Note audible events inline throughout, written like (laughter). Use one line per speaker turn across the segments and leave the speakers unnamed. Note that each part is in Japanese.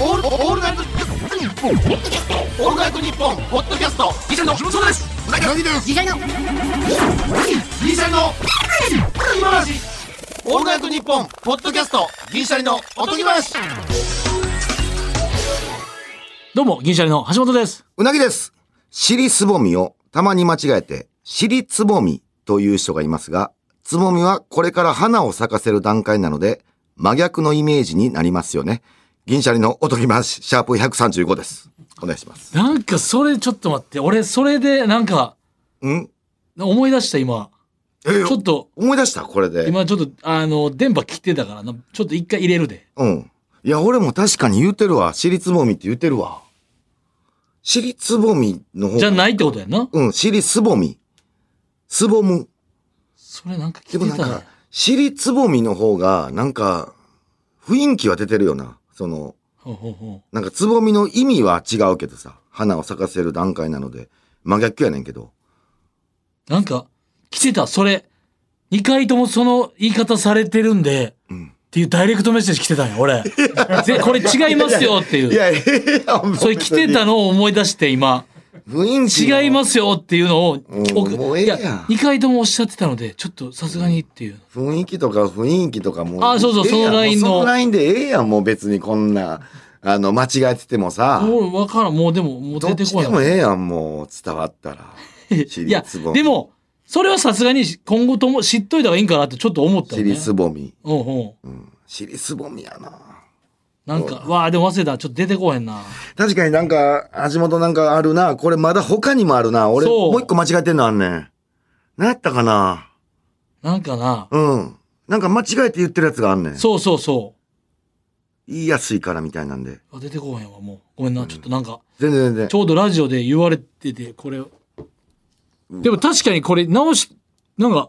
オールオールナイトニッポンオールナイトニッポンポッドキャストギシャリの木本壮ですうなぎの
ギシャリの
ギシャリの今話オールナイトニッポンポッドキャストギシャリのおとぎ話
どうも、銀シャリの橋本です。
うなぎです。尻つぼみをたまに間違えて、尻つぼみという人がいますが、つぼみはこれから花を咲かせる段階なので、真逆のイメージになりますよね。銀シャリのおとぎまし、シャープ135です。お願いします。
なんか、それ、ちょっと待って。俺、それで、なんか、
ん
思い出した、今。
え
ちょっと、
思い出したこれで。
今、ちょっと、あの、電波切ってたからな。ちょっと一回入れるで。
うん。いや、俺も確かに言うてるわ。尻つぼみって言うてるわ。尻つぼみの方が
じゃないってことやんな。
うん、尻つぼみ。つぼむ。
それ、なんか切
で
っ
も
て
なん
た
か
ね。、
尻つぼみの方が、なんか、雰囲気は出てるよな。その、
ほうほうほ
なんかつぼみの意味は違うけどさ、花を咲かせる段階なので、真逆やねんけど。
うなんか、来てた、それ。二回ともその言い方されてるんで、っていうダイレクトメッセージ来てたんや、
(laughs)
俺。ぜこれ違いますよっていう。
いや、
それ来てた
の
のを思い出して、今。
雰囲気の。
違いますよっていうのを、
ん
お
もうええやん
い2回ともおっしゃってたのでちょっとさすがにっていう、
雰囲気とか雰囲気とかも
あそうそう
ええやん
そのラインの
もうそのラインでええやん、もう別にこんな、あの、間違えててもさ、
(laughs) もう分からんもうでももう
どっ
出て
ち
こ
で
な
も
い
ええやん、もう伝わったら。尻
(laughs) いや
つぼみ
でもそれはさすがに今後とも知っといた方がいいんかなってちょっと思ったよ
尻
ね
すぼみ。
うんうん
尻すぼみやな。
なんかわあでも忘れたちょっと出てこへんな
確かになんか、橋本なんかあるな。これまだ他にもあるな。俺、
そう
もう一個間違えてんのあんねん。何やったかな
なんかな
うん。なんか間違えて言ってるやつがあんねん。
そうそうそ
言いやすいからみたいなんで。
うあ出てこへんわもうごめんなちょっとなんか
全然全然
ち。ょうどラジオで言われててこれでも確かにこれ直しなんか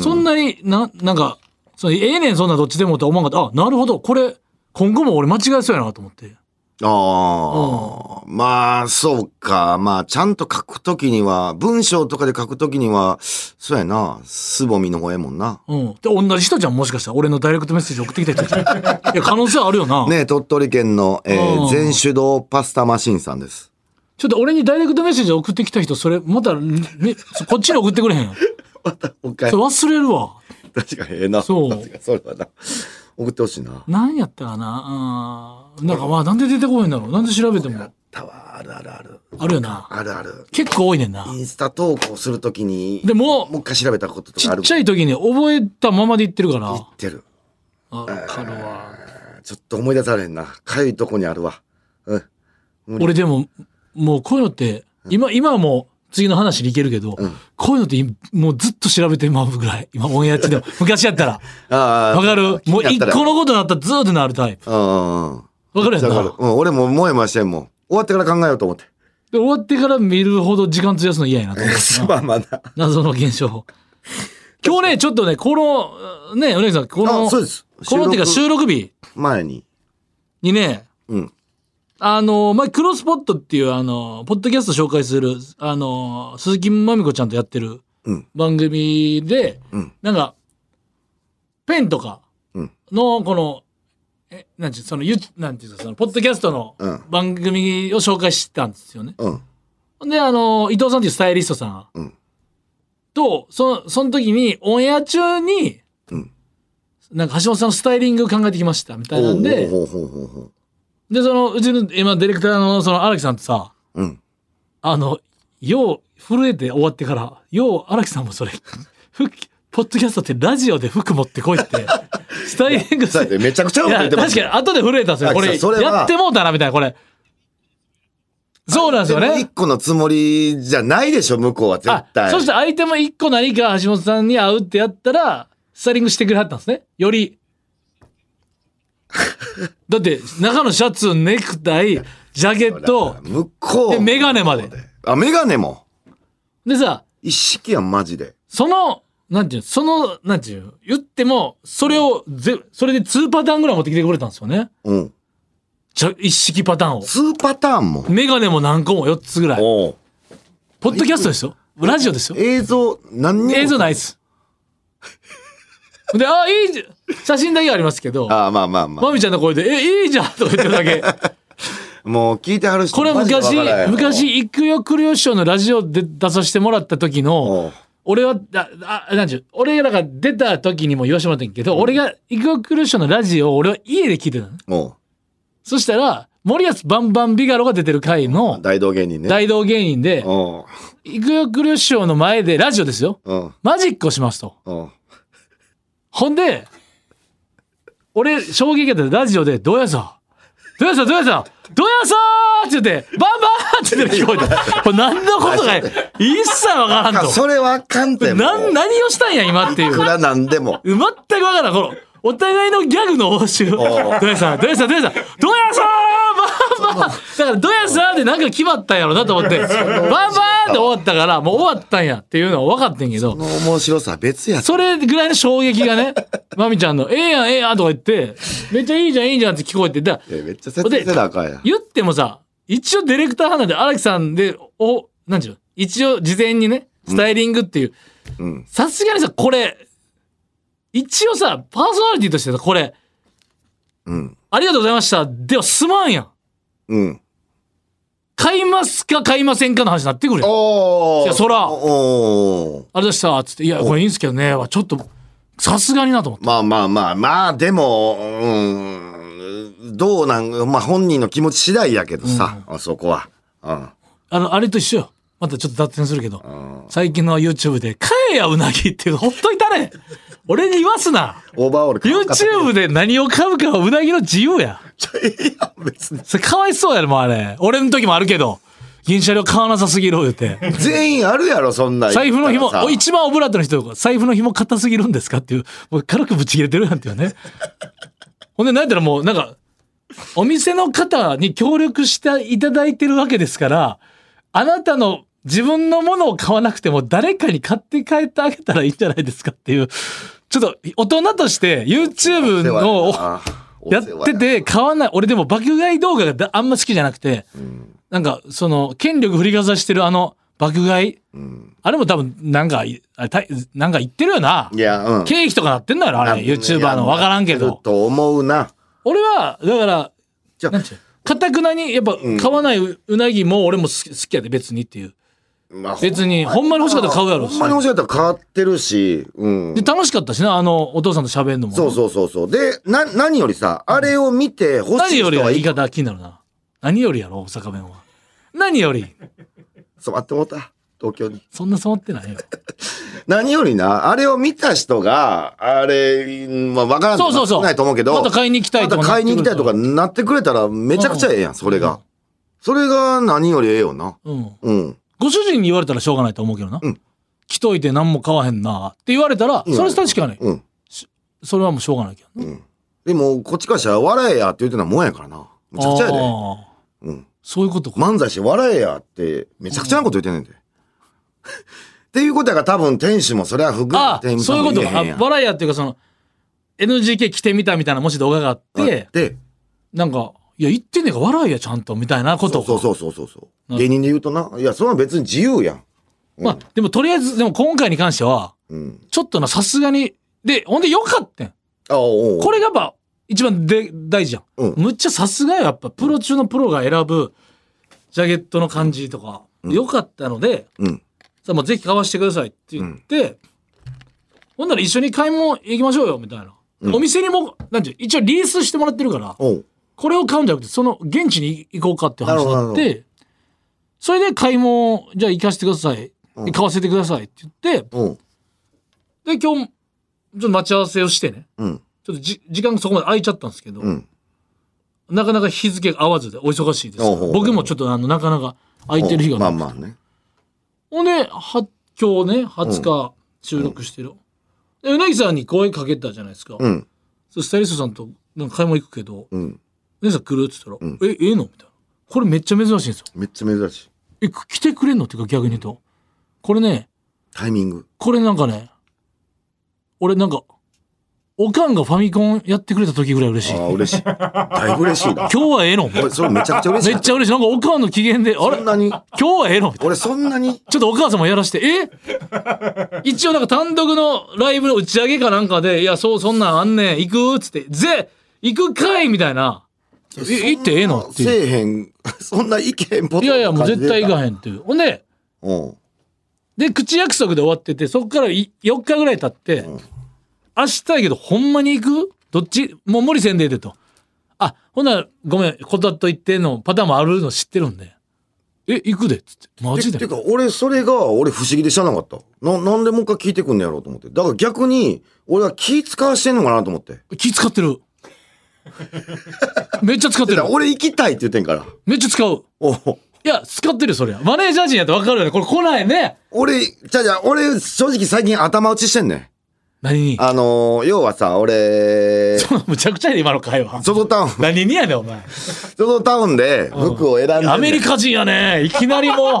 そんなにななんかそのええねんそんなどっちでもって思わんかったあなるほどこれ今後も俺間違えそうやなと思って
ああ、まあ、そうか。まあ、ちゃんと書くときには、文章とかで書くときには、そうやな。すぼみの方ええもんな。
うん。で、同じ人じゃん、もしかしたら。俺のダイレクトメッセージ送ってきた人じゃん。いや、可能性あるよな。
ねえ鳥取県の、え
うん
ー、全手動パスタマシンさんです。
ちょっと俺にダイレクトメッセージ送ってきた人、それ、また、ね、そこっちに送ってくれへん。
もう一回
それ忘れるわ。
(laughs) 確かにええな。
そう
確かにそれはな。送ってほしいな。
なんやったかな。うん。なんか、まあ、なんで出てこへんだろう。なんで調べても。
たわあるあるある
あるよな。
あるある
結構多いねんな。
インスタ投稿するときに
でも
もう一回調べたことと
ち
かあ
っ
る
ちゃい時に覚えたままで言ってるから。
言ってる
あ、わかるわ。
ちょっと思い出されへんなかゆいとこにあるわうん
俺でも、もうこういうのって、今、今はもう、次の話に行けるけど、こういうのって今、もうずっと調べてまうぐらい。今、オンエア中でも。昔やったら。
あー
わかるもう
気に
一
なったら
個のことになったらずーってなるタイプ。
うんうんうん
わかるやん
わか
な。
る、うん、俺ももやもやしてんもん終わってから考えようと思って
で、終わってから見るほど時間費やすの嫌やなと思って
(laughs) まあまあな
謎
(laughs)
の現象。今日ね、ちょっとね、この、ね、うなぎさん、この、
あそうです
このっていうか
収
収録日
前に
にね、
うん
あの、前、クロスポットっていう、あの、ポッドキャスト紹介する、あの、鈴木まみこちゃんとやってる
うん
番組で、
うん
なんか、ペンとか
うん
の、この、え、なんていう、その、ゆなんていうのその、ポッドキャストの
うん
番組を紹介したんですよね。
うん
で、あの、伊藤さんっていうスタイリストさん
うん
と、その、その時に、オンエア中に、
うん
なんか橋本さんのスタイリング考えてきましたみたいなんで、
ほうほうほうほうほう
で、その、うちの、今、ディレクターの、その、荒木さんとさ、
うん
あの、よう、震えて終わってから、よう、荒木さんもそれ、服、ポッドキャストってラジオで服持ってこ
(laughs)
いって、スタイリング
だってめちゃくちゃう
い
まく言
や、
ってま
確
す
かに、後で震えたんですよ。こ
荒木
れ、
さんそれは
やってもうたな、みたいな、これ。そうなんですよ
でも
ね
一。個のつもりじゃないでしょ向こうは絶
あ、
対
そして相手も一個何か橋本さんに会うってやったら、スタイリングしてくれはったんですね。より。だって、中のシャツ、ネクタイ、ジャケット、
向こう
で、メガネまで。
あメガネも
でさ、
一式やんマジで
その、なんていうの、その、なんていうの、言っても、それをぜ、それで2パターンぐらい持ってきてくれたんですよね。
うん
じゃ、一式パターンを。
2パターンも
メガネも何個も4つぐらい。
おう
ポッドキャストですよ。ラジオですよ。
映像何にも
映像ないっす。で、あ、いいじゃん。写真だけありますけど、
ああ、まあまあまあ
ま。みちゃんの声で、え、いいじゃんとか言ってるだ
(laughs)
け。
もう聞いてはる人
これは
マジでわ
昔
からんや、ろ
昔、行くよ来るよ師匠のラジオで出させてもらった時の、
おう
俺は、あ、あなんちゅう、俺がなんか出た時にも言わせてもらったんやけど、俺が行くよ来るよ師匠のラジオを俺は家で聞いてたのね。
おう
そしたら、森保バンバンビガロが出てる回の
大道芸人ね。
大道芸人で、
おう
行くよ来るよ師匠の前でラジオですよ。
おう
マジックをしますと。
おう
ほんで、俺、衝撃だったラジオで、どやさどやさどやさどやさーって言って、バンバーンって言ってる聞こえた。これ何のことかい一切わからん
あ
と。
それはあかんて。もう
なん、何をしたんや、今っていう。
い
全
くらなんでも。
くわからん。この、お互いのギャグの応酬。
おう
どやさどやさどやさどやさーバンバーンだから、どやさーでなんか決まったんやろなと思って、バンバーンって終わったから、もう終わったんやっていうのは分かってんけど
そ。の面白さは別やつ。
それぐらいの衝撃がね、まみちゃんの、ええやん、ええやんとか言って、めっちゃいいじゃん、いいじゃんって聞こえて、だ
えめっちゃ説明せなあかんやん。
言ってもさ、一応ディレクターなんで、荒木さんで、お、なんちゅうの一応事前にね、スタイリングっていう、
うん。
さすがにさ、これ、一応さ、パーソナリティとしてさ、これ、
うん。
ありがとうございました。では、すまんやん。
うん。
買いますか、買いませんかの話になってくるよ。
おー
いやそら
おー
あれでした、つって、いや、これいいんすけどね、はちょっと、さすがになと思って。
まあまあまあまあ、でも、うん、どうなん、まあ本人の気持ち次第やけどさ、あそこは。うん。
あの、あれと一緒よ。またちょっと脱線するけど。
うん
最近の YouTube で、買えやうなぎっていう、ほっといた
(laughs)
れ俺に言わすな
オーバーオール買わんかったけど
!YouTube で何を買うかはうなぎの自由や。
いや、別に。
それかわいそうやろ、もうあれ。俺の時もあるけど、銀シャリを買わなさすぎる言うて。
全員あるやろ、そんなん言
財
った
布
ら
の
さ。
紐、お一番オブラートの人とか、財布の紐硬すぎるんですかっていう、もう軽くぶち切れてるやんってい
(laughs)
うね。ほんで、なんやったらもう、なんか、お店の方に協力していただいてるわけですから、あなたの自分のものを買わなくても誰かに買って帰ってあげたらいいんじゃないですかっていう、ちょっと大人として YouTube の
あお世
や
話
ってて買わない、俺でも爆買い動画がだあんま好きじゃなくて、なんかその権力振りかざしてるあの爆買い、あれも多分なんか、あれたなんか言ってるよな。
いや、うん。
経費とかなってんのやろあれ、YouTuber の。わからんけ
やって
ど
る。と思うな。
俺は、だから、
じゃあ
なんちゅうかたくなに、やっぱ、買わないううなぎも俺も好き好きやで、別にっていう。
まあ
別に、ほんまに欲しかったら買うやろ
ほんまに面白かったら買ってるし、うん
で、。楽しかったしな、あの、お父さんと喋るのも。
そうそうそうそう。で、な、何よりさ、あれを見て欲し
何
い
より
人
は
はい
言い
いか。
方気になるな。何よりやろ、大阪弁は。何より、
染まってもうた。東京に。
そんな染まってないよ。
何よりな、あれを見た人が、あれ、まあ、わからんと
そう
か
そうそう。
ないと思うけど、
また買いに行きたいとか。
また買いに行きたいとか。なってくれたらめちゃくちゃええやん、それ
うん
が。それが何よりええよな。
うん。
うん。
ご主人に言われたらしょうがないと思うけどな。
うん
来といて何も買わへんなって言われたら、
うん
それは確かに、
うん。
それはもうしょうがないけどな。
でも、こっちからしたら笑えやって言ってたもんやからな。めちゃくちゃや
あ
で。
ー
うん。
そういうことか。
漫才して笑えやって、めちゃくちゃなこと言ってんね (laughs) んで。っていうことやから多分天使もそれは不遇
あ
天
あ、
使
そういうことか。あ
やん
笑いやっていうか、その、NGK 来てみたみたいな、もし動画があって、
で、
なんか、いや、言ってんねんから、笑いや、ちゃんと、みたいなこと
そ
を
うそうそうそうそう。芸人で言うとな。いや、それは別に自由やん。
まあ、でも、とりあえず、でも今回に関しては、
うん。
ちょっとな、さすがに、で、ほんで、よかったん。
あおう
これがやっぱ、一番で、大事じゃん。
うん
むっちゃさすがよ、やっぱ、プロ中のプロが選ぶ、ジャケットの感じとか、よかったので、
うん。
さあもうぜひ買わしてくださいって言って、ほんなら一緒に買い物行きましょうよみたいな、
うん
お店にもなんていう一応リースしてもらってるから
おう
これを買うんじゃなくてその現地に行こうかっていう話になっ
なるほどな
てそれで買い物じゃあ行かせてください、
うん
買わせてくださいって言って
おう
で今日ちょっと待ち合わせをしてね
うん。
ちょっとじ時間そこまで空いちゃったんですけど、
うん。
なかなか日付が合わずでお忙しいです
おうおうおう
僕もちょっとあのなかなか空いてる日が
ま
な
あ
くて
まあね。
ほんで、は、今日ね、20日収録してる。で、うなぎさんに声かけたじゃないですか。
うん。
そスタイリストさんとなんか買い物行くけど、
うん。
姉さん来るって言ったら、え、ええのみたいな。これめっちゃ珍しいんですよ。
めっちゃ珍しい。
え、く来てくれんのっていうか逆に言うと。これね、
タイミング。
これなんかね、俺なんか、おかんがファミコンやってくれた時ぐらい嬉しい。
ああ、嬉しい。だいぶ嬉しいな。 (laughs)
今日はええの
俺、それめちゃくちゃ嬉し
め
い。
っちゃ嬉しい。なんかおかんの機嫌で、あれ
そん
今
なに、
日はええのみたいな
俺そんなに、
ちょっとお母様やらして、え (laughs) 一応なんか単独のライブの打ち上げかなんかで、いや、そう、そんなんあんねん、行くっつって、ぜ行くかいみたいな。え行ってええのっていう。
せえへん、 (laughs) そんな意見ぽ
いやいや、もう絶対行かへんっていう。ほんで、
うん。
で、口約束で終わってて、そっからい4日ぐらい経って、明日やけど、ほんまに行くどっちもう無理せんでええでと。あ、ほんなら、ごめん、断っといてのパターンもあるの知ってるんで。え、行くでっつって。マジ
て
で
てか、俺、それが、俺不思議で知らなかった。な、なんでもう一回聞いてくんのやろうと思って。だから逆に、俺は気使わしてんのかなと思って。
気使ってる。めっちゃ使って
だ (laughs)
る
から。俺行きたいって言ってんから。
めっちゃ使う。
おう
いや、使ってるよ、そりゃ。マネージャー陣やったら分かるよね。これ来ないね。
俺、じゃあじゃあ俺、正直最近頭打ちしてんねん。
何に。
あのー、要はさ、俺、
(laughs) むちゃくちゃやで、今の会話。
ゾゾタウン、
何にやねん、お前。
ゾゾタウンで服を選んでんねん。
アメリカ人やね。いきな
(laughs)
りもう。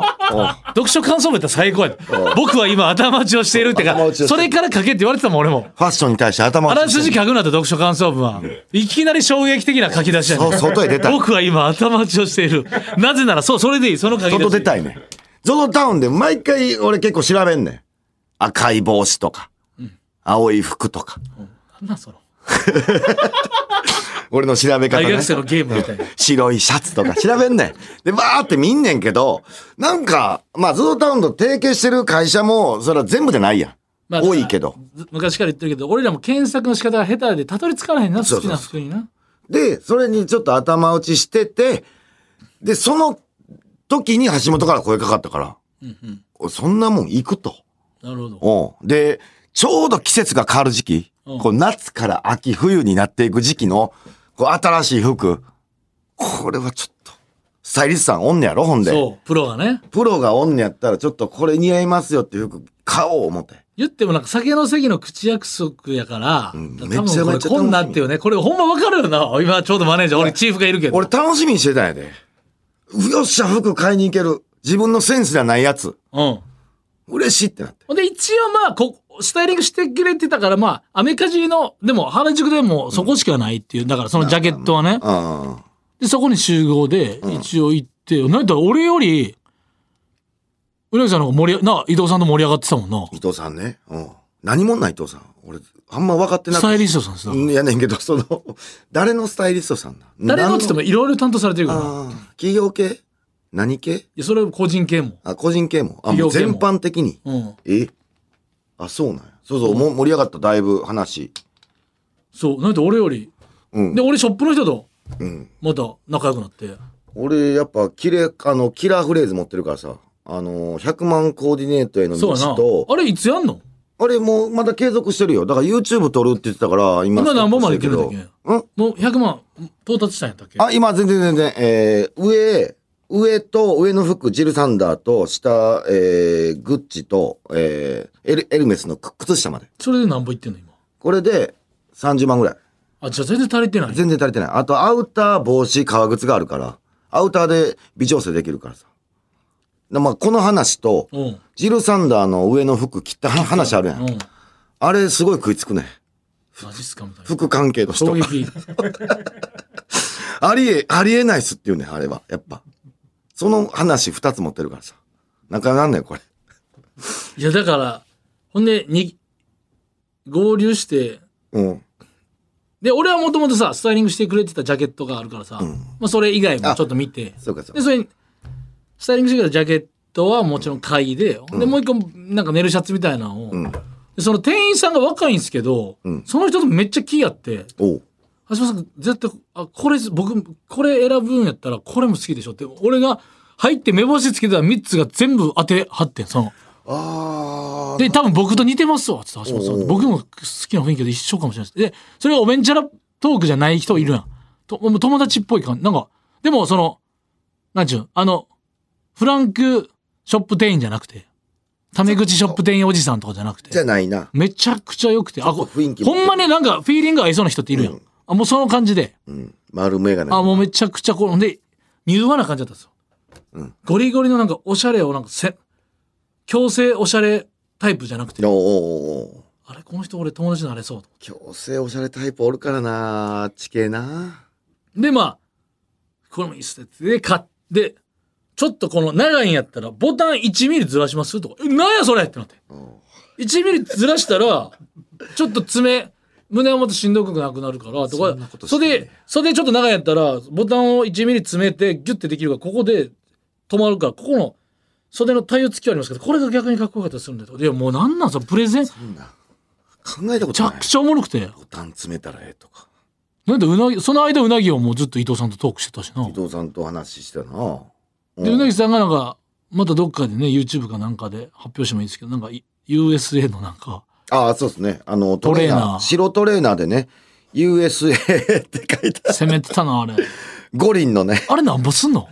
読書感想文やったら最高やで。僕は今頭打ちをしているってか
頭打ちをして、る
それから書けって言われてたもん、俺も。
ファッションに対して頭
あ
打
ら
ちし
す
て
じ
んねん。
書くなと読書感想文は。いきなり衝撃的な書き出しやね
そう外へ出たい
僕は今頭打ちをしている。なぜなら、そう、それでいい。その書き出し。
外出たいねん。ゾゾタウンで毎回俺結構調べんねん。赤い帽子とか、青い服とか。
なんなんその。
俺の調べ方
大
ね。
学生のゲームみたいな。
白いシャツとか調べんねん。で、バーって見んねんけど、なんか、まあ、ゾゾタウンと提携してる会社も、それは全部じゃないやん。
まあ
多いけど。
ず昔から言ってるけど俺らも検索の仕方が下手でたどり着かないな
そ
好
う
き
そうそう
な服にな
で、それにちょっと頭打ちしてて、で、その時に橋本から声かかったから、そんなもん行くと。
なるほど
おうで、ちょうど季節が変わる時期、
うん
こう夏から秋冬になっていく時期の、こう新しい服、これはちょっと、スタイリストさんおんねやろ、ほんで。
そうプロがね
プロがおんねやったら、ちょっとこれ似合いますよっていう服買おう思って。
言ってもなんか酒の席の口約束やから、
ん
多
めちゃ
分こ
め
れ
ちゃ
こんなってよねこれほんま分かるよな今ちょうどマネージャー俺チーフがいるけど
俺楽しみにしてたんやで。よっしゃ、服買いに行ける。自分のセンスじゃないやつ。
うん
嬉しいってなって。
ほんで一応まあこスタイリングしてくれてたからまあアメカジのでも原宿でもそこしかないっていう、だからそのジャケットはね
うん。
でそこに集合で一応行って、なんだ俺よりうなぎさんの方が盛り上な伊藤さんと盛り上がってたもんな
伊藤さんね。うん。何もない伊藤さん。俺、あんま分かってな
ス
く
タイ
て。
リストさんですだから
うんやねんけど、その、誰のスタイリストさんだ
誰のっつっても
いい。
いろいろ担当されてるから。い
あー企業系何系
や、それは個人系も。
あ、個人系も。あ、
企
もう
業系
全
も
般的に。
うん。
えあ、そうなんや。そうそう、も盛り上がった、だいぶ話。
そう。なんで俺より。
うん
で、。俺ショップの人と、
うん。
また仲良くなって。
俺やっぱキレあのキラーフレーズ持ってるからさあの100万コーディネートへの
そう
道
やな。
と
あれ、いつやんの
あれもうまだ継続してるよだから YouTube 撮るって言ってたから今
今何本までい
スト
け
ッ
るんだ
プ
っ
してる
け
うん
もう100万到達したんやったっけ
あ今全然全然えー、上上と上の服ジルサンダーと下、えー、グッチと、えー、エルエルメスのく靴下まで
それで何本いってんの今。
これで30万ぐらい
あ、じゃあ全然足りてない。
全然足りてないあとアウター帽子革靴があるからアウターで微調整できるからさでまあこの話と、
うん。
ジルサンダーの上の服切った話あるや。
うんん。
あれすごい食いつくね。
マジっすかみたいな。
服関係の
衝
人。
撃。
ありえ、ありえないっすっていうね、あれは。やっぱ。その話二つ持ってるからさ。なかなかなんねん、これ。
いや、だから、ほんで、に、合流して、
うん。
で、俺はもともとさ、スタイリングしてくれてたジャケットがあるからさ、まあそれ以外もちょっと見て。
そうか、そう
で
か。
それにスタイリングしてからジャケットはもちろん買いで、でもう一個なんか寝るシャツみたいなのを、でその店員さんが若いんですけど、その人とめっちゃ気合って
おう。
橋本さん絶対あこれ僕これ選ぶんやったらこれも好きでしょって俺が入って目星つけてた3つが全部当てはってんその
あ
で多分僕と似てますわっつって橋本さん僕も好きな雰囲気で一緒かもしれないですでそれがおべんちゃらトークじゃない人いるやんともう友達っぽい感じなんかでもそのなんちゅうあのフランクショップ店員じゃなくてタメ口ショップ店員おじさんとかじゃなく
じゃ
て
ないな。
めちゃくちゃ良くてあこ
雰囲気も
ほんまねなんかフィーリング合いそうな人っているやん、あもうその感じで
うん。丸メガネ。
あもうめちゃくちゃこうほんで柔和な感じだったんですよ、ゴリゴリのなんかおしゃれをなんかせ強制おしゃれタイプじゃなくて
おうおうおうおう
あれこの人俺友達になれそうと
強制おしゃれタイプおるからな地形な
でまあこれもいいっすねで買ってちょっとこの長いんやったらボタン1ミリずらしますとか「えなんやそれ!」ってなって1ミリずらしたらちょっと爪胸元しんどくなくなるからと
そんなこ
か
としてね
袖袖ちょっと長いんやったらボタンを1ミリ詰めてギュッてできるからここで止まるからここの袖の対応付きはありますけどこれが逆にかっこよかったりするんだよといやもうなんなんそのプレゼンめ
なんだ考えたこ
ち
と
ゃ
ない
くちゃおもろくて
ボタン詰めたらええとか
なんでうなぎその間うなぎをもうずっと伊藤さんとトークしてたしな
伊藤さんと話してたな
でうなぎさんがなんかまたどっかでね YouTube かなんかで発表してもいいですけどなんかい USA のなんか
ああそうですねあのトレーナー
トレーナー
白トレーナーでね USA って書いた
攻めてたなあれ (laughs)
五輪のね
あれなんぼすんの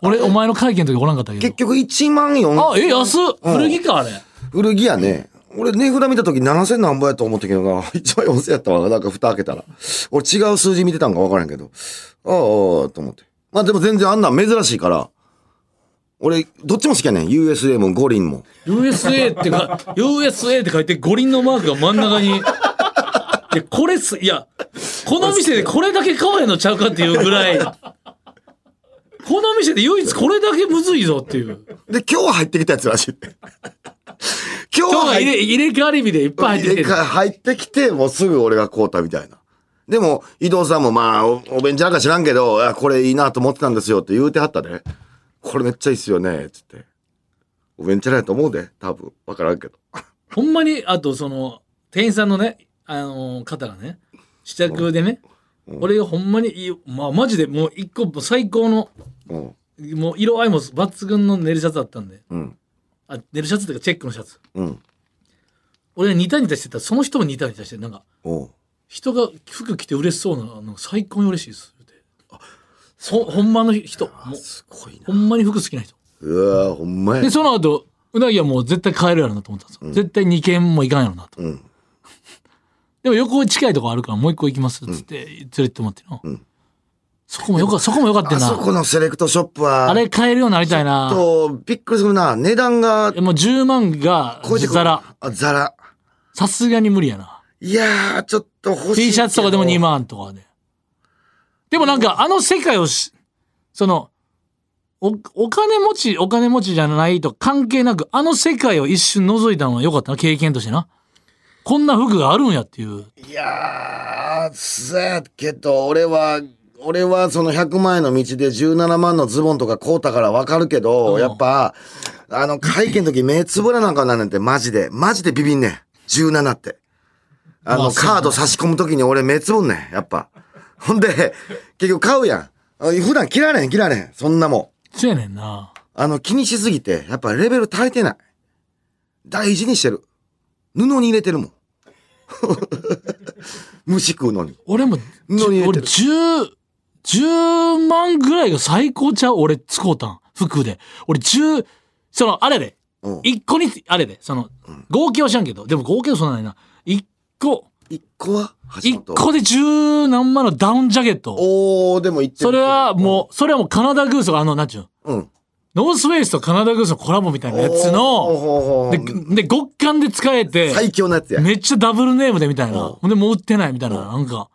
俺お前の会見の時おらんかったけど
結局1万4
あ、え、安っ
うん
古着か、あれ。
古着やね俺値札見た時7000なんぼやと思ったけどな1万4000やった (laughs) わなんか蓋開けたら俺違う数字見てたんか分からんけどああああと思ってまあでも全然あんなん珍しいから俺どっちも好きやねん USA も五輪も
USA ってか、USA って書いて五輪のマークが真ん中に。で、これす、いや、この店でこれだけ買わへんのちゃうかっていうぐらい。この店で唯一これだけむずいぞっていう。
で今日入ってきたやつらしい今日
今日が
入っ
入れ入れ替わり日でいっぱい入ってきてる。
入ってきて、もうすぐ俺がこうたみたいな。でも、伊藤さんもまあ、おお弁当なんか知らんけど、あこれいいなと思ってたんですよって言うてはったで。これめっちゃいいっすよね、つって。お弁当やと思うで、多分。わからんけど。
ほんまに、あとその、店員さんのね、あのー方がね、試着でね、俺がほんまにいい、まあマジでもう一個もう最高の、
うん。
もう色合いも抜群の寝るシャツだったんで、
うん。
あ寝るシャツっていうかチェックのシャツ
うん。
俺がニタニタしてたらその人もニタニタしてなんか
おう
人が服着て嬉しそうなのが最高に嬉しいですってほほんまの人もう
すごいな。
ほんまに服好きな人
うわほんまや
で。その後うなぎはもう絶対買えるやろなと思ったんですよ、絶対2軒も行かんやろなと
うん。
でも横近いとこあるからもう一個行きますっつって連れてってもらってな、
ん
そこもよかそこもよかった
あ
な
そこのセレクトショップは、
あれ買えるようになりたいな
と、びっくりするな。値段が
えもう10万が
超えてくる
ザラ。
あ、ザラ。
さすがに無理やない
やー、ちょっと欲しいけど。
T シャツとかでも2万とかで。でもなんかあの世界をし、その、お、お金持ち、お金持ちじゃないと関係なく、あの世界を一瞬覗いたのは良かったな、経験としてな。こんな服があるんやっていう。
いやー、そやけど、俺は、俺はその100万円の道で17万のズボンとか買うたからわかるけど、
うん
やっぱ、あの、会見の時目つぶらなんかなんねんて、マジで。マジでビビんねん。17って。あの、
まあそうね
カード差し込む時に俺目つぶんねん、やっぱ。ほんで、結局買うやん。あ普段切られへん、切られへん。そんなもん。
そうやねんな。
あの、気にしすぎて、やっぱレベル足りてない。大事にしてる。布に入れてるもん。 (laughs) 虫食うのに。
俺も、
何
じゅ
入れてる
俺10、10万ぐらいが最高ちゃう俺、使うたん。服で。俺10、その、あれやで。
うん。
一個につ、あれで。その、合計は知らんけど。でも合計はそんなないな。一個、
一個は橋
一
本。
個で十何万のダウンジャケット。
おー、でも言ってる
それはもう、それはもうカナダグースがあの、なんちゅうの
うん。
ノースフェイスとカナダグースのコラボみたいなやつ
おー
の、
ほうほうほう
で、で、極寒で使えて、
最強のやつや。
めっちゃダブルネームでみたいな。
うん
ほんで、もう売ってないみたいな、なんか。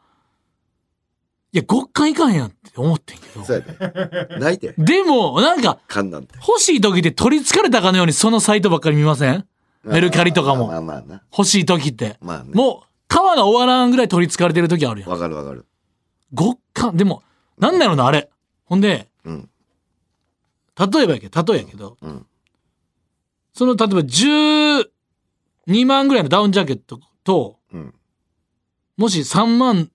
いや、極寒いかんやんって思ってんけ
そ
ど。
うやで。泣いて。
でも、なんか、
勘なんて。
欲しい時って取り憑かれたかのようにそのサイトばっかり見ません (laughs) メルカリとか
まあ
も。
まあまあな。
欲しい時って。
まあね。
もう、皮が終わらんぐらい取り憑かれてる時あるやん。
わかるわかる。
極寒でもなんだろうなあれほんで
うん。
例えばやけど例えやけど
うん。
その例えば12万ぐらいのダウンジャケットと
うん。
もし3万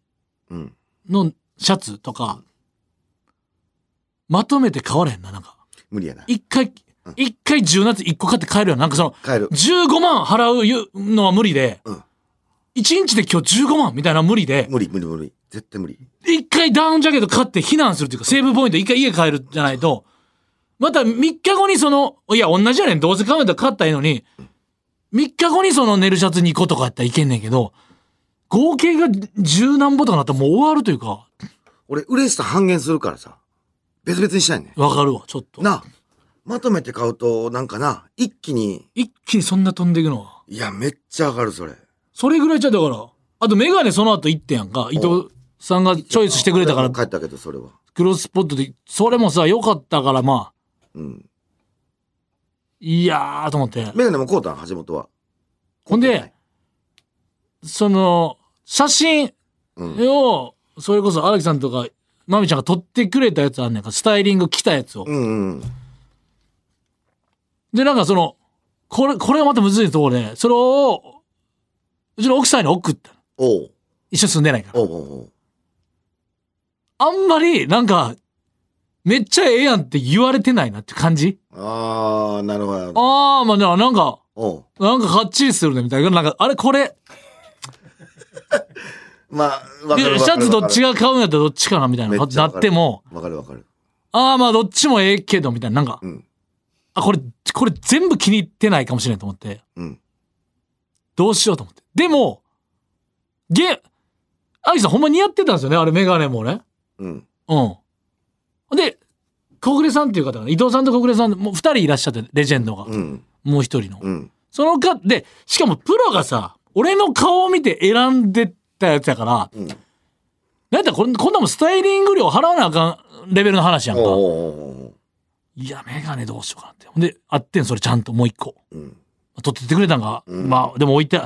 うん。
のシャツとかまとめて買われへんななんか
無理やな。
一回一回10夏1個買って買えるやんなんかその
帰る。
15万払うゆのは無理で
うん
1日で今日15万みたいなのは無理で
無理無理無理。絶対無理。
一回ダウンジャケット買って避難するというか、セーブポイント一回家帰るじゃないと、また3日後にその、いや、同じやねん。どうせ買うんだったら買ったらええのに、3日後にその寝るシャツ2個とかやったらいけんねんけど、合計が十何歩とかなったらもう終わるというか、
俺、嬉しさ半減するからさ。別々にしたいね。
わかるわ、ちょっと。
なあまとめて買うと、なんかな、一気に、
一気にそんな飛んでいくのは。
いや、めっちゃわかる、それ。
それぐらいちゃうだから。あとメガネその後行ってやんか。伊藤さんがチョイスしてくれたから、
帰ったけど、それは。
クロスポットで、それもさ、良かったから、まあ、
うん。
いやーと思って。
メガネもこうたん、橋本は。
ほんで、その、写真
うん。
を、それこそ荒木さんとか、まみちゃんが撮ってくれたやつあんねんか、スタイリング来たやつを。
うんうん。
で、なんかその、これ、これがまたむずいところで、それを、うちの奥さんに送ったの。
おう。
一緒に住んでないから。
おうおうおう。
あんまり、なんか、めっちゃええやんって言われてないなって感じ
あー、なるほど。
あー、まあな、なんか、
おう。
なんかかっちりするね、みたいな。なんか、あれ、これ、
まあ、わかるわかるわか
で
る。
シャツどっち
が
が買うんやったらどっちかな、みたいな。
め
な
っちゃわかる
っても、
わかるわかる。
あー、まあどっちもええけど、みたいな。なんか、
うん。
あ、これ、これ全部気に入ってないかもしれんと思って。
うん。
どうしようと思って。でも、げ、アキさんほんま似合ってたんですよね、あれ、メガネもね。
うん。
うん。で、小暮さんっていう方が、伊藤さんと小暮さん、もう二人いらっしゃって、レジェンドが。
うん。
もう一人の。
うん。
そのか、で、しかもプロがさ、俺の顔を見て選んでったやつやから、
うん。
なんだこんこんなもんスタイリング料払わなあかんレベルの話やんか
おう。おうおうおう。
いや、メガネどうしようかなって。ほんで、あってん、それちゃんともう一個。
うん。
取ってってくれたんか、
うん
まあ、でも置いて、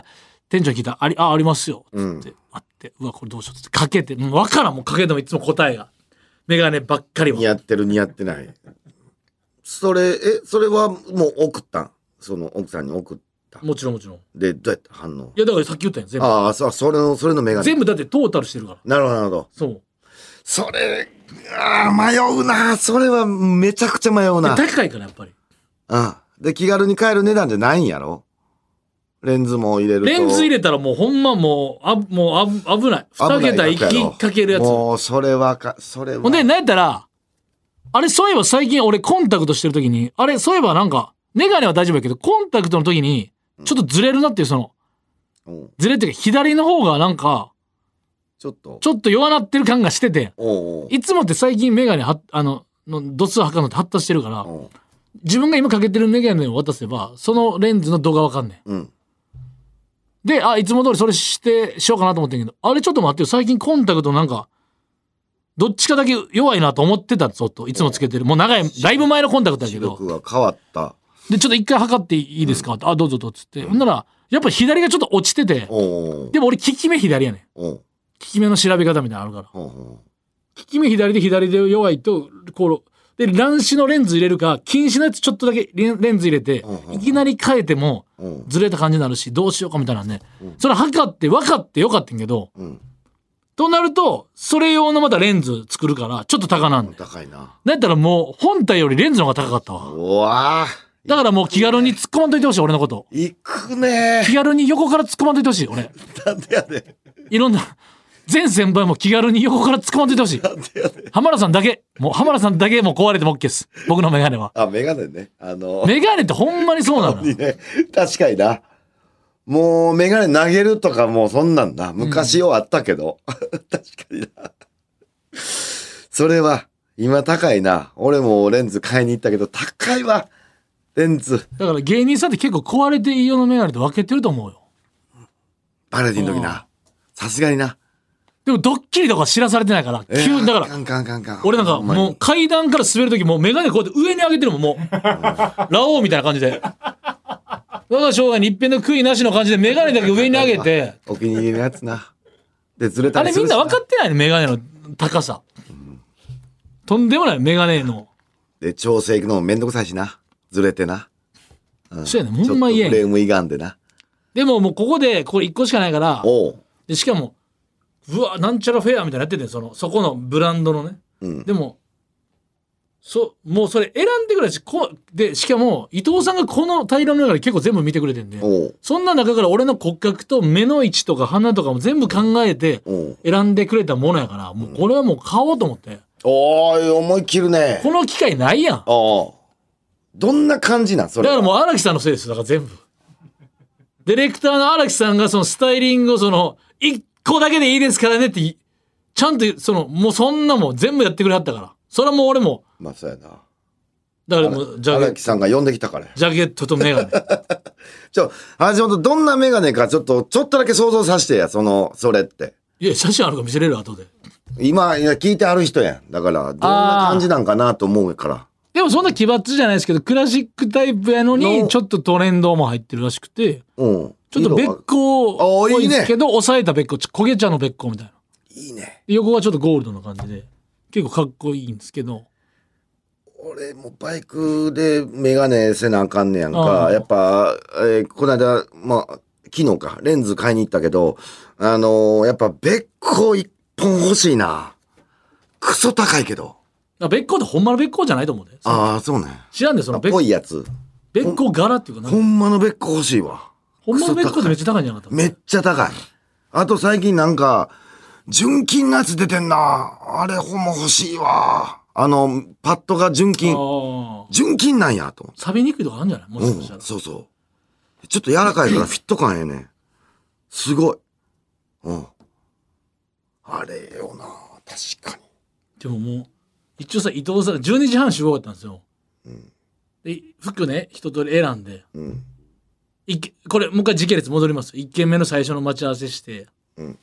店長に聞いたら、あり、あ、ありますよ。つ
うん
って、あって、うわ、これどうしようっつって、かけて、うんわからん、もうかけてもいつも答えが。メガネばっかりは。
似合ってる似合ってないそれえそれはもう送ったんその奥さんに送った
もちろんもちろん。い
でどうやった反応
や、だからさっき言ったやん、全部。
ああそうそれのそれの眼鏡
全部だってトータルしてるから。
なるほどなるほど
そう。
それああ迷うなそれはめちゃくちゃ迷う
で
な
高いから、やっぱり。
あで気軽に買える値段じゃないんやろレンズも入れると
レンズ入れたらもうほんまもう、あ、もうあぶ危ない。二
危
桁
ない
い
額やろ
きかけるやつ。ほ
もうそれはかそれは
んで、なんやったら、あれ、そういえば最近俺コンタクトしてる時に、あれ、そういえばなんか、メガネは大丈夫やけど、コンタクトの時に、ちょっとずれるなっていう、その、
うん
ずれっていうか、左の方がなんか、
ちょっと
ちょっと弱なってる感がしてて、
おうおう
いつもって最近メガネは、あの、の度数測るのって発達してるから、
おう
自分が今かけてるメガネを渡せば、そのレンズの度がわかんねん。
うん
で、あ、いつも通りそれして、しようかなと思ってんけど、あれちょっと待ってよ、最近コンタクトなんか、どっちかだけ弱いなと思ってた、ちょっと。いつもつけてる。もう長い、だいぶ前のコンタクトだけ
視
ど。
力が変わった
で、ちょっと一回測っていいですか、ってあ、どうぞどうぞっつって。ほんなら、やっぱ左がちょっと落ちてて、
おうおう
でも俺、効き目左やねん。
おう
効き目の調べ方みたいなのあるから。
おう
効き目左で左で弱いと、こう、で、乱視のレンズ入れるか、近視のやつちょっとだけレンレンズ入れて
うんうんう、ん
いきなり変えても、
おうおう
ずれた感じになるし、どうしようかみたいなね
うん。
それ測って、分かってよかったんけど、
うん
となると、それ用のまたレンズ作るから、ちょっと高なんで。
高いな。
だったらもう、本体よりレンズの方が高かったわ。
うわあ。
だからもう気軽に突っ込まんといてほしい、俺のこと。
行くね
気軽に横から突っ込まんといてほしい、俺。
ー。なんでやねん。
いろんな、全先輩も気軽に横から突っ込まんといてほしい。
なんでやねん。
浜田さんだけ、もう浜田さんだけもう壊れても OK です。僕のメガネは。
あ、メガネね。あの、
メガネってほんまにそうなのよ。
ね、確かにな。もう、メガネ投げるとかもうそんなんだ。昔ようあったけど。 (laughs) 確かにな。それは、今高いな。俺もレンズ買いに行ったけど、高いわ。レンズ。
だから芸人さんって結構壊れていいよのメガネって分けてると思うよ。
バレディの時な。さすがにな。
でもドッキリとか知らされてないから、
えー
急に、だか
カ
ら、
ンカンカンカン。
俺なんか
ほまに
もう、階段から滑るときもうメガネこうやって上に上げてるもん、もう。
(laughs)
ラオウみたいな感じで。我が生涯に一遍の悔いなしの感じでメガネだけ上に上げて、
(laughs) お気に入りのやつな。で、ずれた
あ
り
れ
す
み
る
ん
し
な分かってないね、メガネの高さ。とんでもない、メガネの。
で、調整行くのもめんどくさいしな。ずれてな。
そうやね、ほんま
ちょっ
言
とフ
え
レ
ん。
ームいがんでな。
でももうここで、これ一個しかないから、
おう。
でしかもうわなんちゃらフェアみたいなのやっててそのそこのブランドのね
うん。
でもそもうそれ選んでくれたしこでしかも伊藤さんがこの大量の中で結構全部見てくれてんで
おう。
そんな中から俺の骨格と目の位置とか鼻とかも全部考えて
おう。
選んでくれたものやからもうこれはもう買おうと思って
おーい、思い切るね。
この機会ないやん
おう。どんな感じなんそれ。
だからもう荒木さんのせいですだから全部ディレクターの荒木さんがそのスタイリングをその1個だけでいいですからねっていちゃんとそのもうそんなもん全部やってくれはったからそれはもう俺も
まあ、そうやな。
だからもうジャ
荒
ケ
木さんが呼んできたから。
ジャケットと
(laughs)
メガネ。
ちょ、橋本、どんなメガネか、ちょっと、ちょっとだけ想像させてや、その、それって。
いや、写真あるから見せれる後で。
今、いや聞いてある人やん。だから、どんな感じなんかなと思うから。
でもそんな奇抜じゃないですけど、クラシックタイプや
の
のに、ちょっとトレンドも入ってるらしくて、
うん。
ちょっとべっこっぽいんですけど、抑えたべっこ、ちょ焦げ茶のべっこみたいな。
いいね。
で横はちょっとゴールドな感じで、結構かっこいいんですけど、
俺もバイクでメガネせなあかんねやん
あ
か。
あ
やっぱ、えーこの間、まあ、昨日か、レンズ買いに行ったけど、あのーやっぱ、べっこ一本欲しいな。クソ高いけど。
あべっこってほんまのべっこじゃないと思うで。
ああ、そうね。
知らんで、そ
あ
の
っ
べっ
ぽいやつ。
べっこ柄っていうかな
ほ、んまのべっこ欲しいわ。
ほんまのべっこってめっちゃ高いんじゃなかった
めっちゃ高い。あと最近なんか、純金のやつ出てんな。あれほんま欲しいわ。あの、パッドが純金。
ああ。
純金なんやと思って
錆びにくいとかあるんじゃないもしかした
うん、
ら。
そうそう。ちょっと柔らか
(clears throat)
いからフィット感ええねん。すごい。うん。あれよな。確かに。
でももう、一応さ、伊藤さん、12時半集合だったんですよ。
うん
で、服ね、一通り選んで、
うん。
一軒これもう一回時系列戻ります1軒目の最初の待ち合わせして、
うん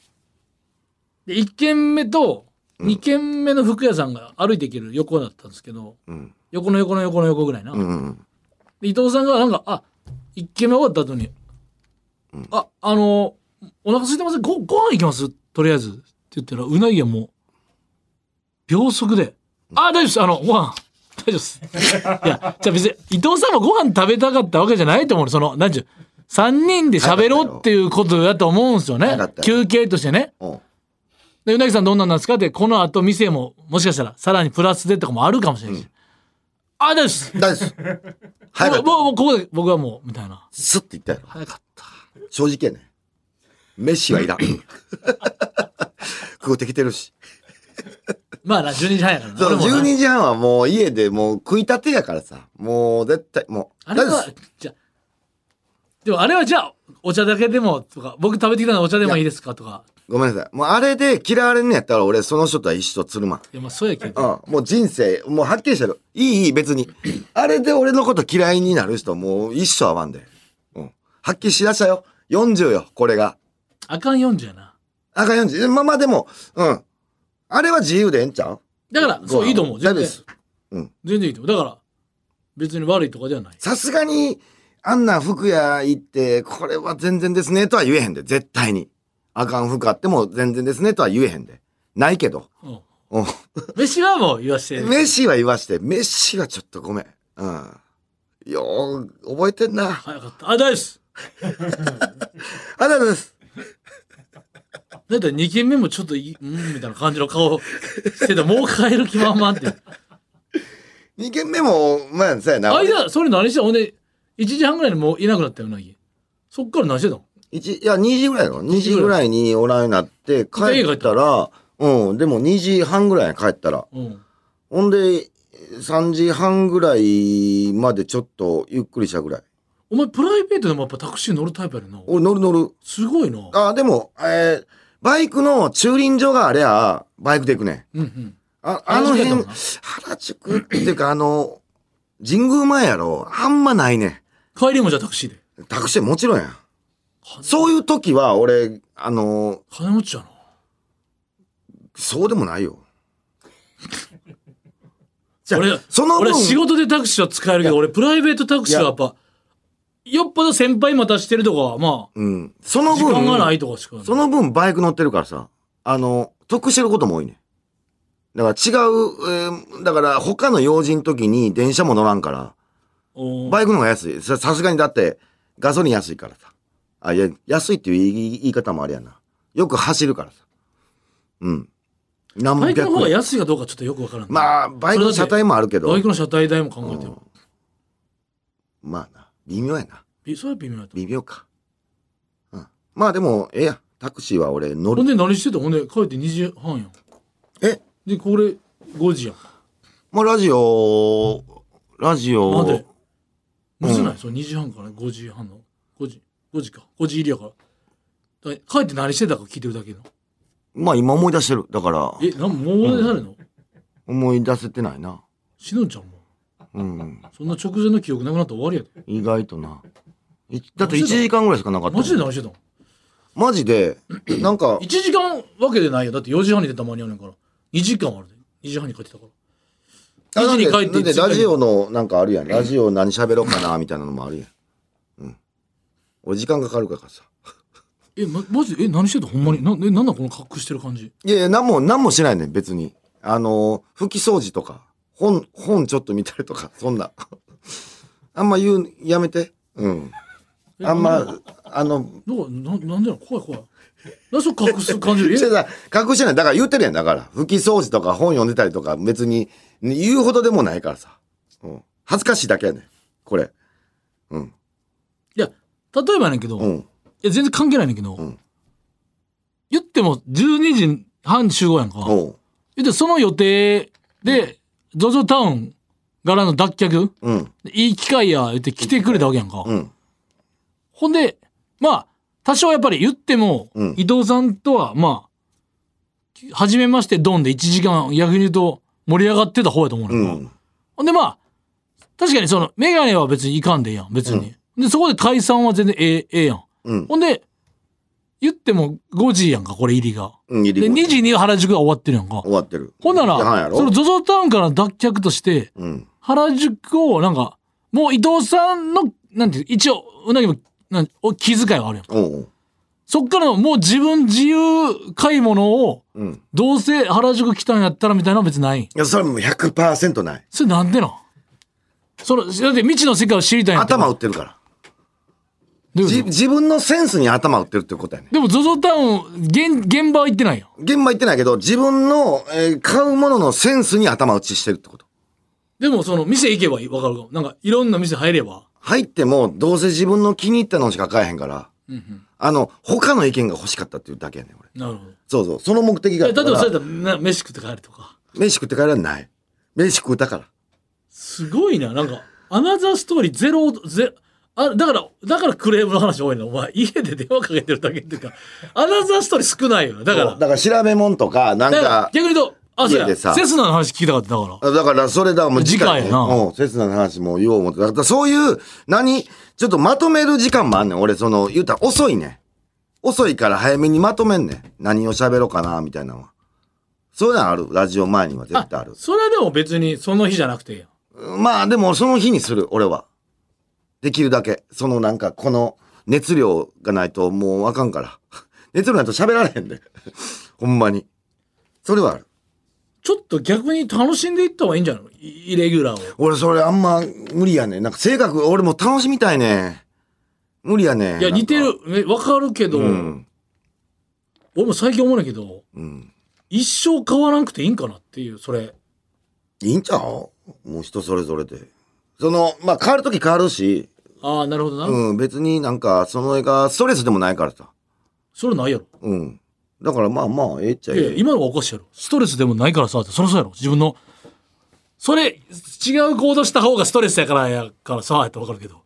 で1軒目と
うん
2軒目の服屋さんが歩いていける横だったんですけど
うん。
横の横の横の横ぐらいな、
うんうん。
で伊藤さんがなんかあ1軒目終わった後に「
うん
ああのお腹空いてますごご飯行きますとりあえず」って言ったらうなぎはもう秒速で「あ大丈夫ですあのご飯
(laughs)
大丈夫です」いやじゃあ別に伊藤さんもご飯食べたかったわけじゃないと思うその何ちゅう3人で喋ろうっていうことだと思うんですよね
なかったよ
休憩としてね
うん。
でうなぎさんどんなんなんですかってこの後店ももしかしたらさらにプラスでとかもあるかもしれないし「あ大丈夫です
大丈夫です。早かっ
も
た。
うもうここで僕はもう」みたいな。
スッて言ったやろ。
早かった。
正直やね。飯
(laughs)
はいらん。食うてきてるし。
まあな、12時半やからな。
そう、
俺もな
12時半はもう家でもう食いたてやからさ。もう絶対、もう。
あれ
大丈夫
は
です、
じゃあでもあれはじゃあ、お茶だけでもとか、僕食べてきたのお茶でもいいですかとか。
ごめんなさい。もうあれで嫌われんのやったら俺その人とは一緒つるまん。
いや、まあそうやけ
う
ど。
ん。もう人生、もうはっきりしてる。いいいい、別に。
(clears throat)
あれで俺のこと嫌いになる人もう一生合わんで。うん。はっきりしだしたよ。40よ、これが。
あかん40やな。
赤40。まあまあでも、うん。あれは自由でええんちゃう
だから、そう、いいと思う。
大
全
丈夫で
然。
す。うん
全然いいと思う。だから、別に悪いとかではない。
さすがに、あんな服屋行って、これは全然ですねとは言えへんで、絶対に。あかん服あっても全然ですねとは言えへんで。ないけど。
うん。
うん。
飯はもう言わして。
飯は言わして、飯はちょっとごめん。うん。よう、覚えてんな。
早かった。あ、大丈夫です。
ありがとうございます。
だって2軒目もちょっといい、うん、みたいな感じの顔してた。もう帰る気満々って。
二軒目も、まあ、そうやな。
間、それ何してたほんで、1時半ぐらいにもういなくなったよ、うなぎ。そっから何してたの
一、いや、2時ぐらいの。2時ぐらいにおらんようになって、帰
家帰
っ
ったた
ら、うん、でも2時半ぐらいに帰ったら。
うん。
ほんで、3時半ぐらいまでちょっとゆっくりしたぐらい。
お前プライベートでもやっぱタクシー乗るタイプやねんな。
俺乗る乗る。
すごいな。
あ、でも、えーバイクの駐輪場がありゃ、バイクで行くね。
うんうん。
あ、あの辺
原宿やったもん、な
原宿っていうか、あの、神宮前やろ。あんまないね。
帰りもじゃあタクシーで。
タクシーもちろんやん。
金
そういう時は、俺、あの、
金持ちやな。
そうでもないよ。じゃあ
俺、
その分
俺、仕事でタクシーは使えるけど、俺プライベートタクシーはやっぱ、よっぽど先輩待たしてるとかは、ま
うん。そ
あ、
の
時間がな
分、
いとかしかない。
その分バイク乗ってるからさ、あの、得してることも多いね。だから違う、えーだから他の用事の時に電車も乗らんから、
おー
バイクの方が安い。ささすがにだって、ガソリン安いからさ。あ、いや、安いっていう言い言い方もあれやな。よく走るからさ。うん。何
バイクの方が
円
安いかどうかちょっとよくわからん。
まあ、バイクの車体もあるけど。
バイクの車体代も考えてる。
うんまあな、微妙やな。
びそれは微妙だと思う。
微妙か。うん。まあでも、ええやん。タクシーは俺乗
ほ
る。
んで何してたほんで帰って2時半やん。
え
で、これ5時やん。
まあラジオ、ラジ
まで
オ、。
むずない、そう、2時半から5時半の。5時、5時か。5時入りやから。だから帰って何してたか聞いてるだけの。
まあ今思い出してる。だから、
え、なんもうなるの、
思い出せてないな。
しのんちゃんも。
ううん。
そんな直前の記憶なくなったら終わりやで。
意外とな。いだって
マジ
1
だ
時間ぐらいしかなかったも
マ
ん。
ジで何してたの
マジで、
(clears throat)
なんか
?1、時間わけでないよ。だって4時半に出た間に合うねんから。2時間あるで。2時半に帰ってたから。
な
2
んで
時に帰って
なんで
1時間
ラジオのなんかあるやん。ラジオ何喋ろうかな、みたいなのもあるやん。うん。俺時間かかるからさ。
え、ま、マジでえ、何してたほんまに。な、え、なんだこの隠してる感じ。
いやいや、なんも、なんもしないねん、別に。あのー、拭き掃除とか、本、本ちょっと見たりとか、そんな。 (laughs) あんま言う、やめて。うん。
え
あん
なんだ
ま、あの、
なんかななんでなの怖い怖い。なんでそう隠す感じ
して
え
た隠してない。だから言ってるやん。だから、拭き掃除とか本読んでたりとか、別に言うほどでもないからさ。うん。恥ずかしいだけやねん。これ。うん。
いや、例えばやねんけど、
うん。
え全然関係ないねんけど、
ん
言っても12時半集合やんか。
おう。
言ってその予定で、ジョジョタウン柄の脱却、
うん。
いい機会や、言って来てくれたわけやんか。
うん。
ほんで、まあ、多少やっぱり言っても、
うん
伊藤さんとは、まあ、初めましてドンで1時間、逆に言うと盛り上がってた方やと思うね
うん
か。
ん。
ほんでまあ、確かにその、メガネは別にいかんでええやん、別に。で、そこで解散は全然ええ、ええやん。
うん。
ほんで、言っても5時やんか、これ入りが。
うん。入
で、
り
2時に原宿が終わってるやんか
終。わってる。
ほんな
一時半や
ら、
ろ
その ZOZO タウンからの脱却として、
うん。
原宿をなんか、もう伊藤さんの、なんていう、一応、うなぎも、なんお気遣いはあるやん。
おう
そっからのもう自分自由買い物を、
おう。うん。
どうせ原宿来たんやったらみたいなのは別にない。
いや、それはもう100%ない。
それなんでなんその、だって未知の世界を知りたいんやったら
頭打ってるから。
どういう
じ
こと
自分のセンスに頭打ってるってことやねん。
でも ZOZO タウン、現、現場は行ってないやん。
現場行ってないけど、自分の、えー買うもののセンスに頭打ちしてるってこと。
でもその店行けばいいわかるかも。なんかいろんな店入れば。
入ってもどうせ自分の気に入ったのしか買えへんから、あの他の意見が欲しかったっていうだけやねん俺
なるほど。
そうそうその目的があ
え
っ
例
たか
えばそれ
ら
だったらな飯食って帰るとか。
飯食って帰らない飯食うたから
すごいな。なんか、アナザーストーリーゼロ、ゼあ、だから、だからクレームの話多いの。お前、家で電話かけてるだけっていうか、アナザーストーリー少ないよな。だか
そう
ら、
だから調べ物とかなん
だから
か
逆に言うと、あ、そう
家で
や、
さ
セスナの話聞きたかった。だから。
だからそれだもう
次回やな
うん刹那の話も言おう思ってだからそういう何ちょっとまとめる時間もあんねん俺その言うたら遅いねん遅いから早めにまとめんねん何を喋ろうかなみたいなのはそういうのあるラジオ前には絶対ある
それはでも別にその日じゃなくていいやん。
まあでもその日にする俺はできるだけそのなんかこの熱量がないともうあかんから熱量ないと喋られへんでほんまにそれはある
ちょっと逆に楽しんでいった方がいいんじゃないのイイレギュラーを。
俺それあんま無理やねんなんか性格俺も楽しみたいねん無理やねん
い
な
や、
んか
似てる。ねわかるけど、
うん
俺も最近思うねんだけど、
うん
一生変わらなくていいんかなっていう、それ。
いいんちゃうもう人それぞれでそのまあ変わる時変わるし
ああ、なるほどな。
うん別になんかその絵がストレスでもないからさ
それないやろ。
うんだからまあまあええっちゃ
い
え
やいや
え
今のはおかしいやろ。ストレスでもないからさ、ってそりゃそうやろ。自分の、それ、違う行動した方がストレスやからやからさ、やったらわかるけど。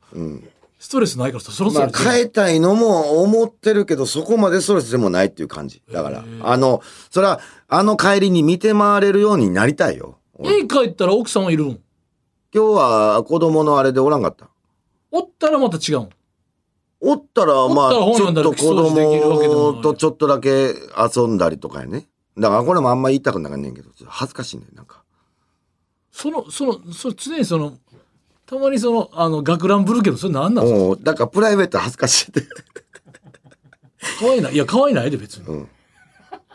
ストレスないからさ、そりゃそう
ま
や
あ、
ろ。
変えたいのも思ってるけど、そこまでストレスでもないっていう感じ。だから、あの、それは、あの帰りに見て回れるようになりたいよ。俺
家帰ったら奥さんはいるん。
今日は子供のあれでおらんかった。
おったらまた違うん。
おったら、まあ、ち
おっ
ょ
たら本読
っ
んだり
と子
掃除できるわけでもな
供
い
とちょっとだけ遊んだりとかやね。だから、これもあんま言いたくなかんねんけど、ちょっと恥ずかしいねなんか。
その、その、それ常にその、たまにその、あの、学ランぶるけど、それなんなん
おうだから、プライベート恥ずかしい
(laughs)
って。
可愛いない。いや、可愛いないで別に。
プ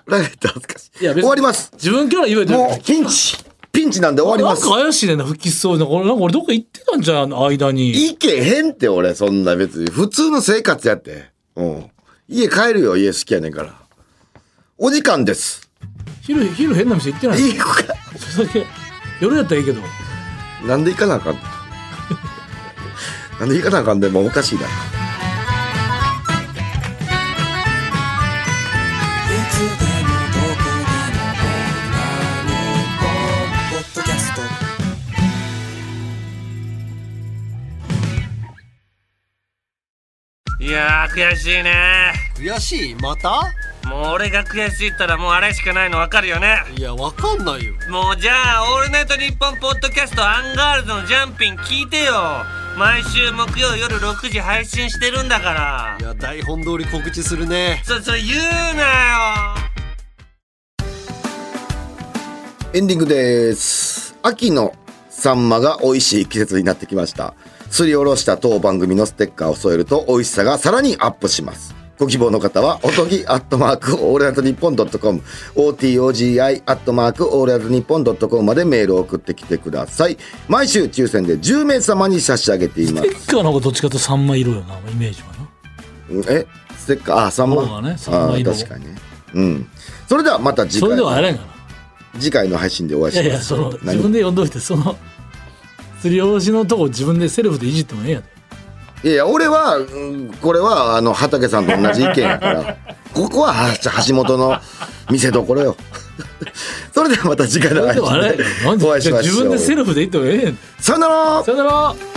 ライベート恥ずかしい。
いや別に
終わります。
自分から言えて
もう、ピンチ。ピンチなんで終わり
な
ま
ん
す
か。怪しいねんな、復帰しそうな。俺、なんか俺どっか行ってたんじゃん、間に。
行けへんって俺そんな別に普通の生活やってうん家帰るよ家好きやねんからお時間
(laughs)
です
昼、昼変な店行ってない。
いい子か
それだけ、夜やったらいいけど。
なんで行かなあかんの (laughs) なんで行かなあかんでもうおかしいな
いつでもどこでも「ポッドキャスト」
いやー悔しいね
悔しいまた
もう俺が悔しいったらもうあれしかないの分かるよね
いやわかんないよ
もうじゃあ「オールナイトニッポン」ポッドキャストアンガールズのジャンピン聞いてよ毎週木曜夜6時配信してるんだから
いや台本通り告知するね
そそ言うなよ
エンディングです。秋のサンマが美味しい季節になってきました。すりおろした当番組のステッカーを添えると美味しさがさらにアップします。ご希望の方は、おとぎアットマークオールナイトニッポンドットコム、OTOGI アットマークオールナイトニッポンドットコムまでメールを送ってきてください。毎週抽選で10名様に差し上げています
テ。ッカーの方がどっちかというと三枚色よなイメージはな
えステッカー、あ、サンマ。
そうだねサン
あ
マ
ー
色
確かにね。うん。それではまた次
それ
回
で、はあれやんかな
次回の配信でお会いし
い
ま
や
す。
いやその
何
自分で読んどいてそのすりおろしのとこ自分でセルフでいじってもええや
い
ん
やいや俺は、うんこれはあの畑さんと同じ意見やから
(laughs)
ここはは橋本の見せどころよ (laughs) それではまた次回
そ
の
れ
配
ではあれや
信
んかなん
でお会いし
で
ましょう
自分でセルフで言ってもええやん
さよなら
さよなら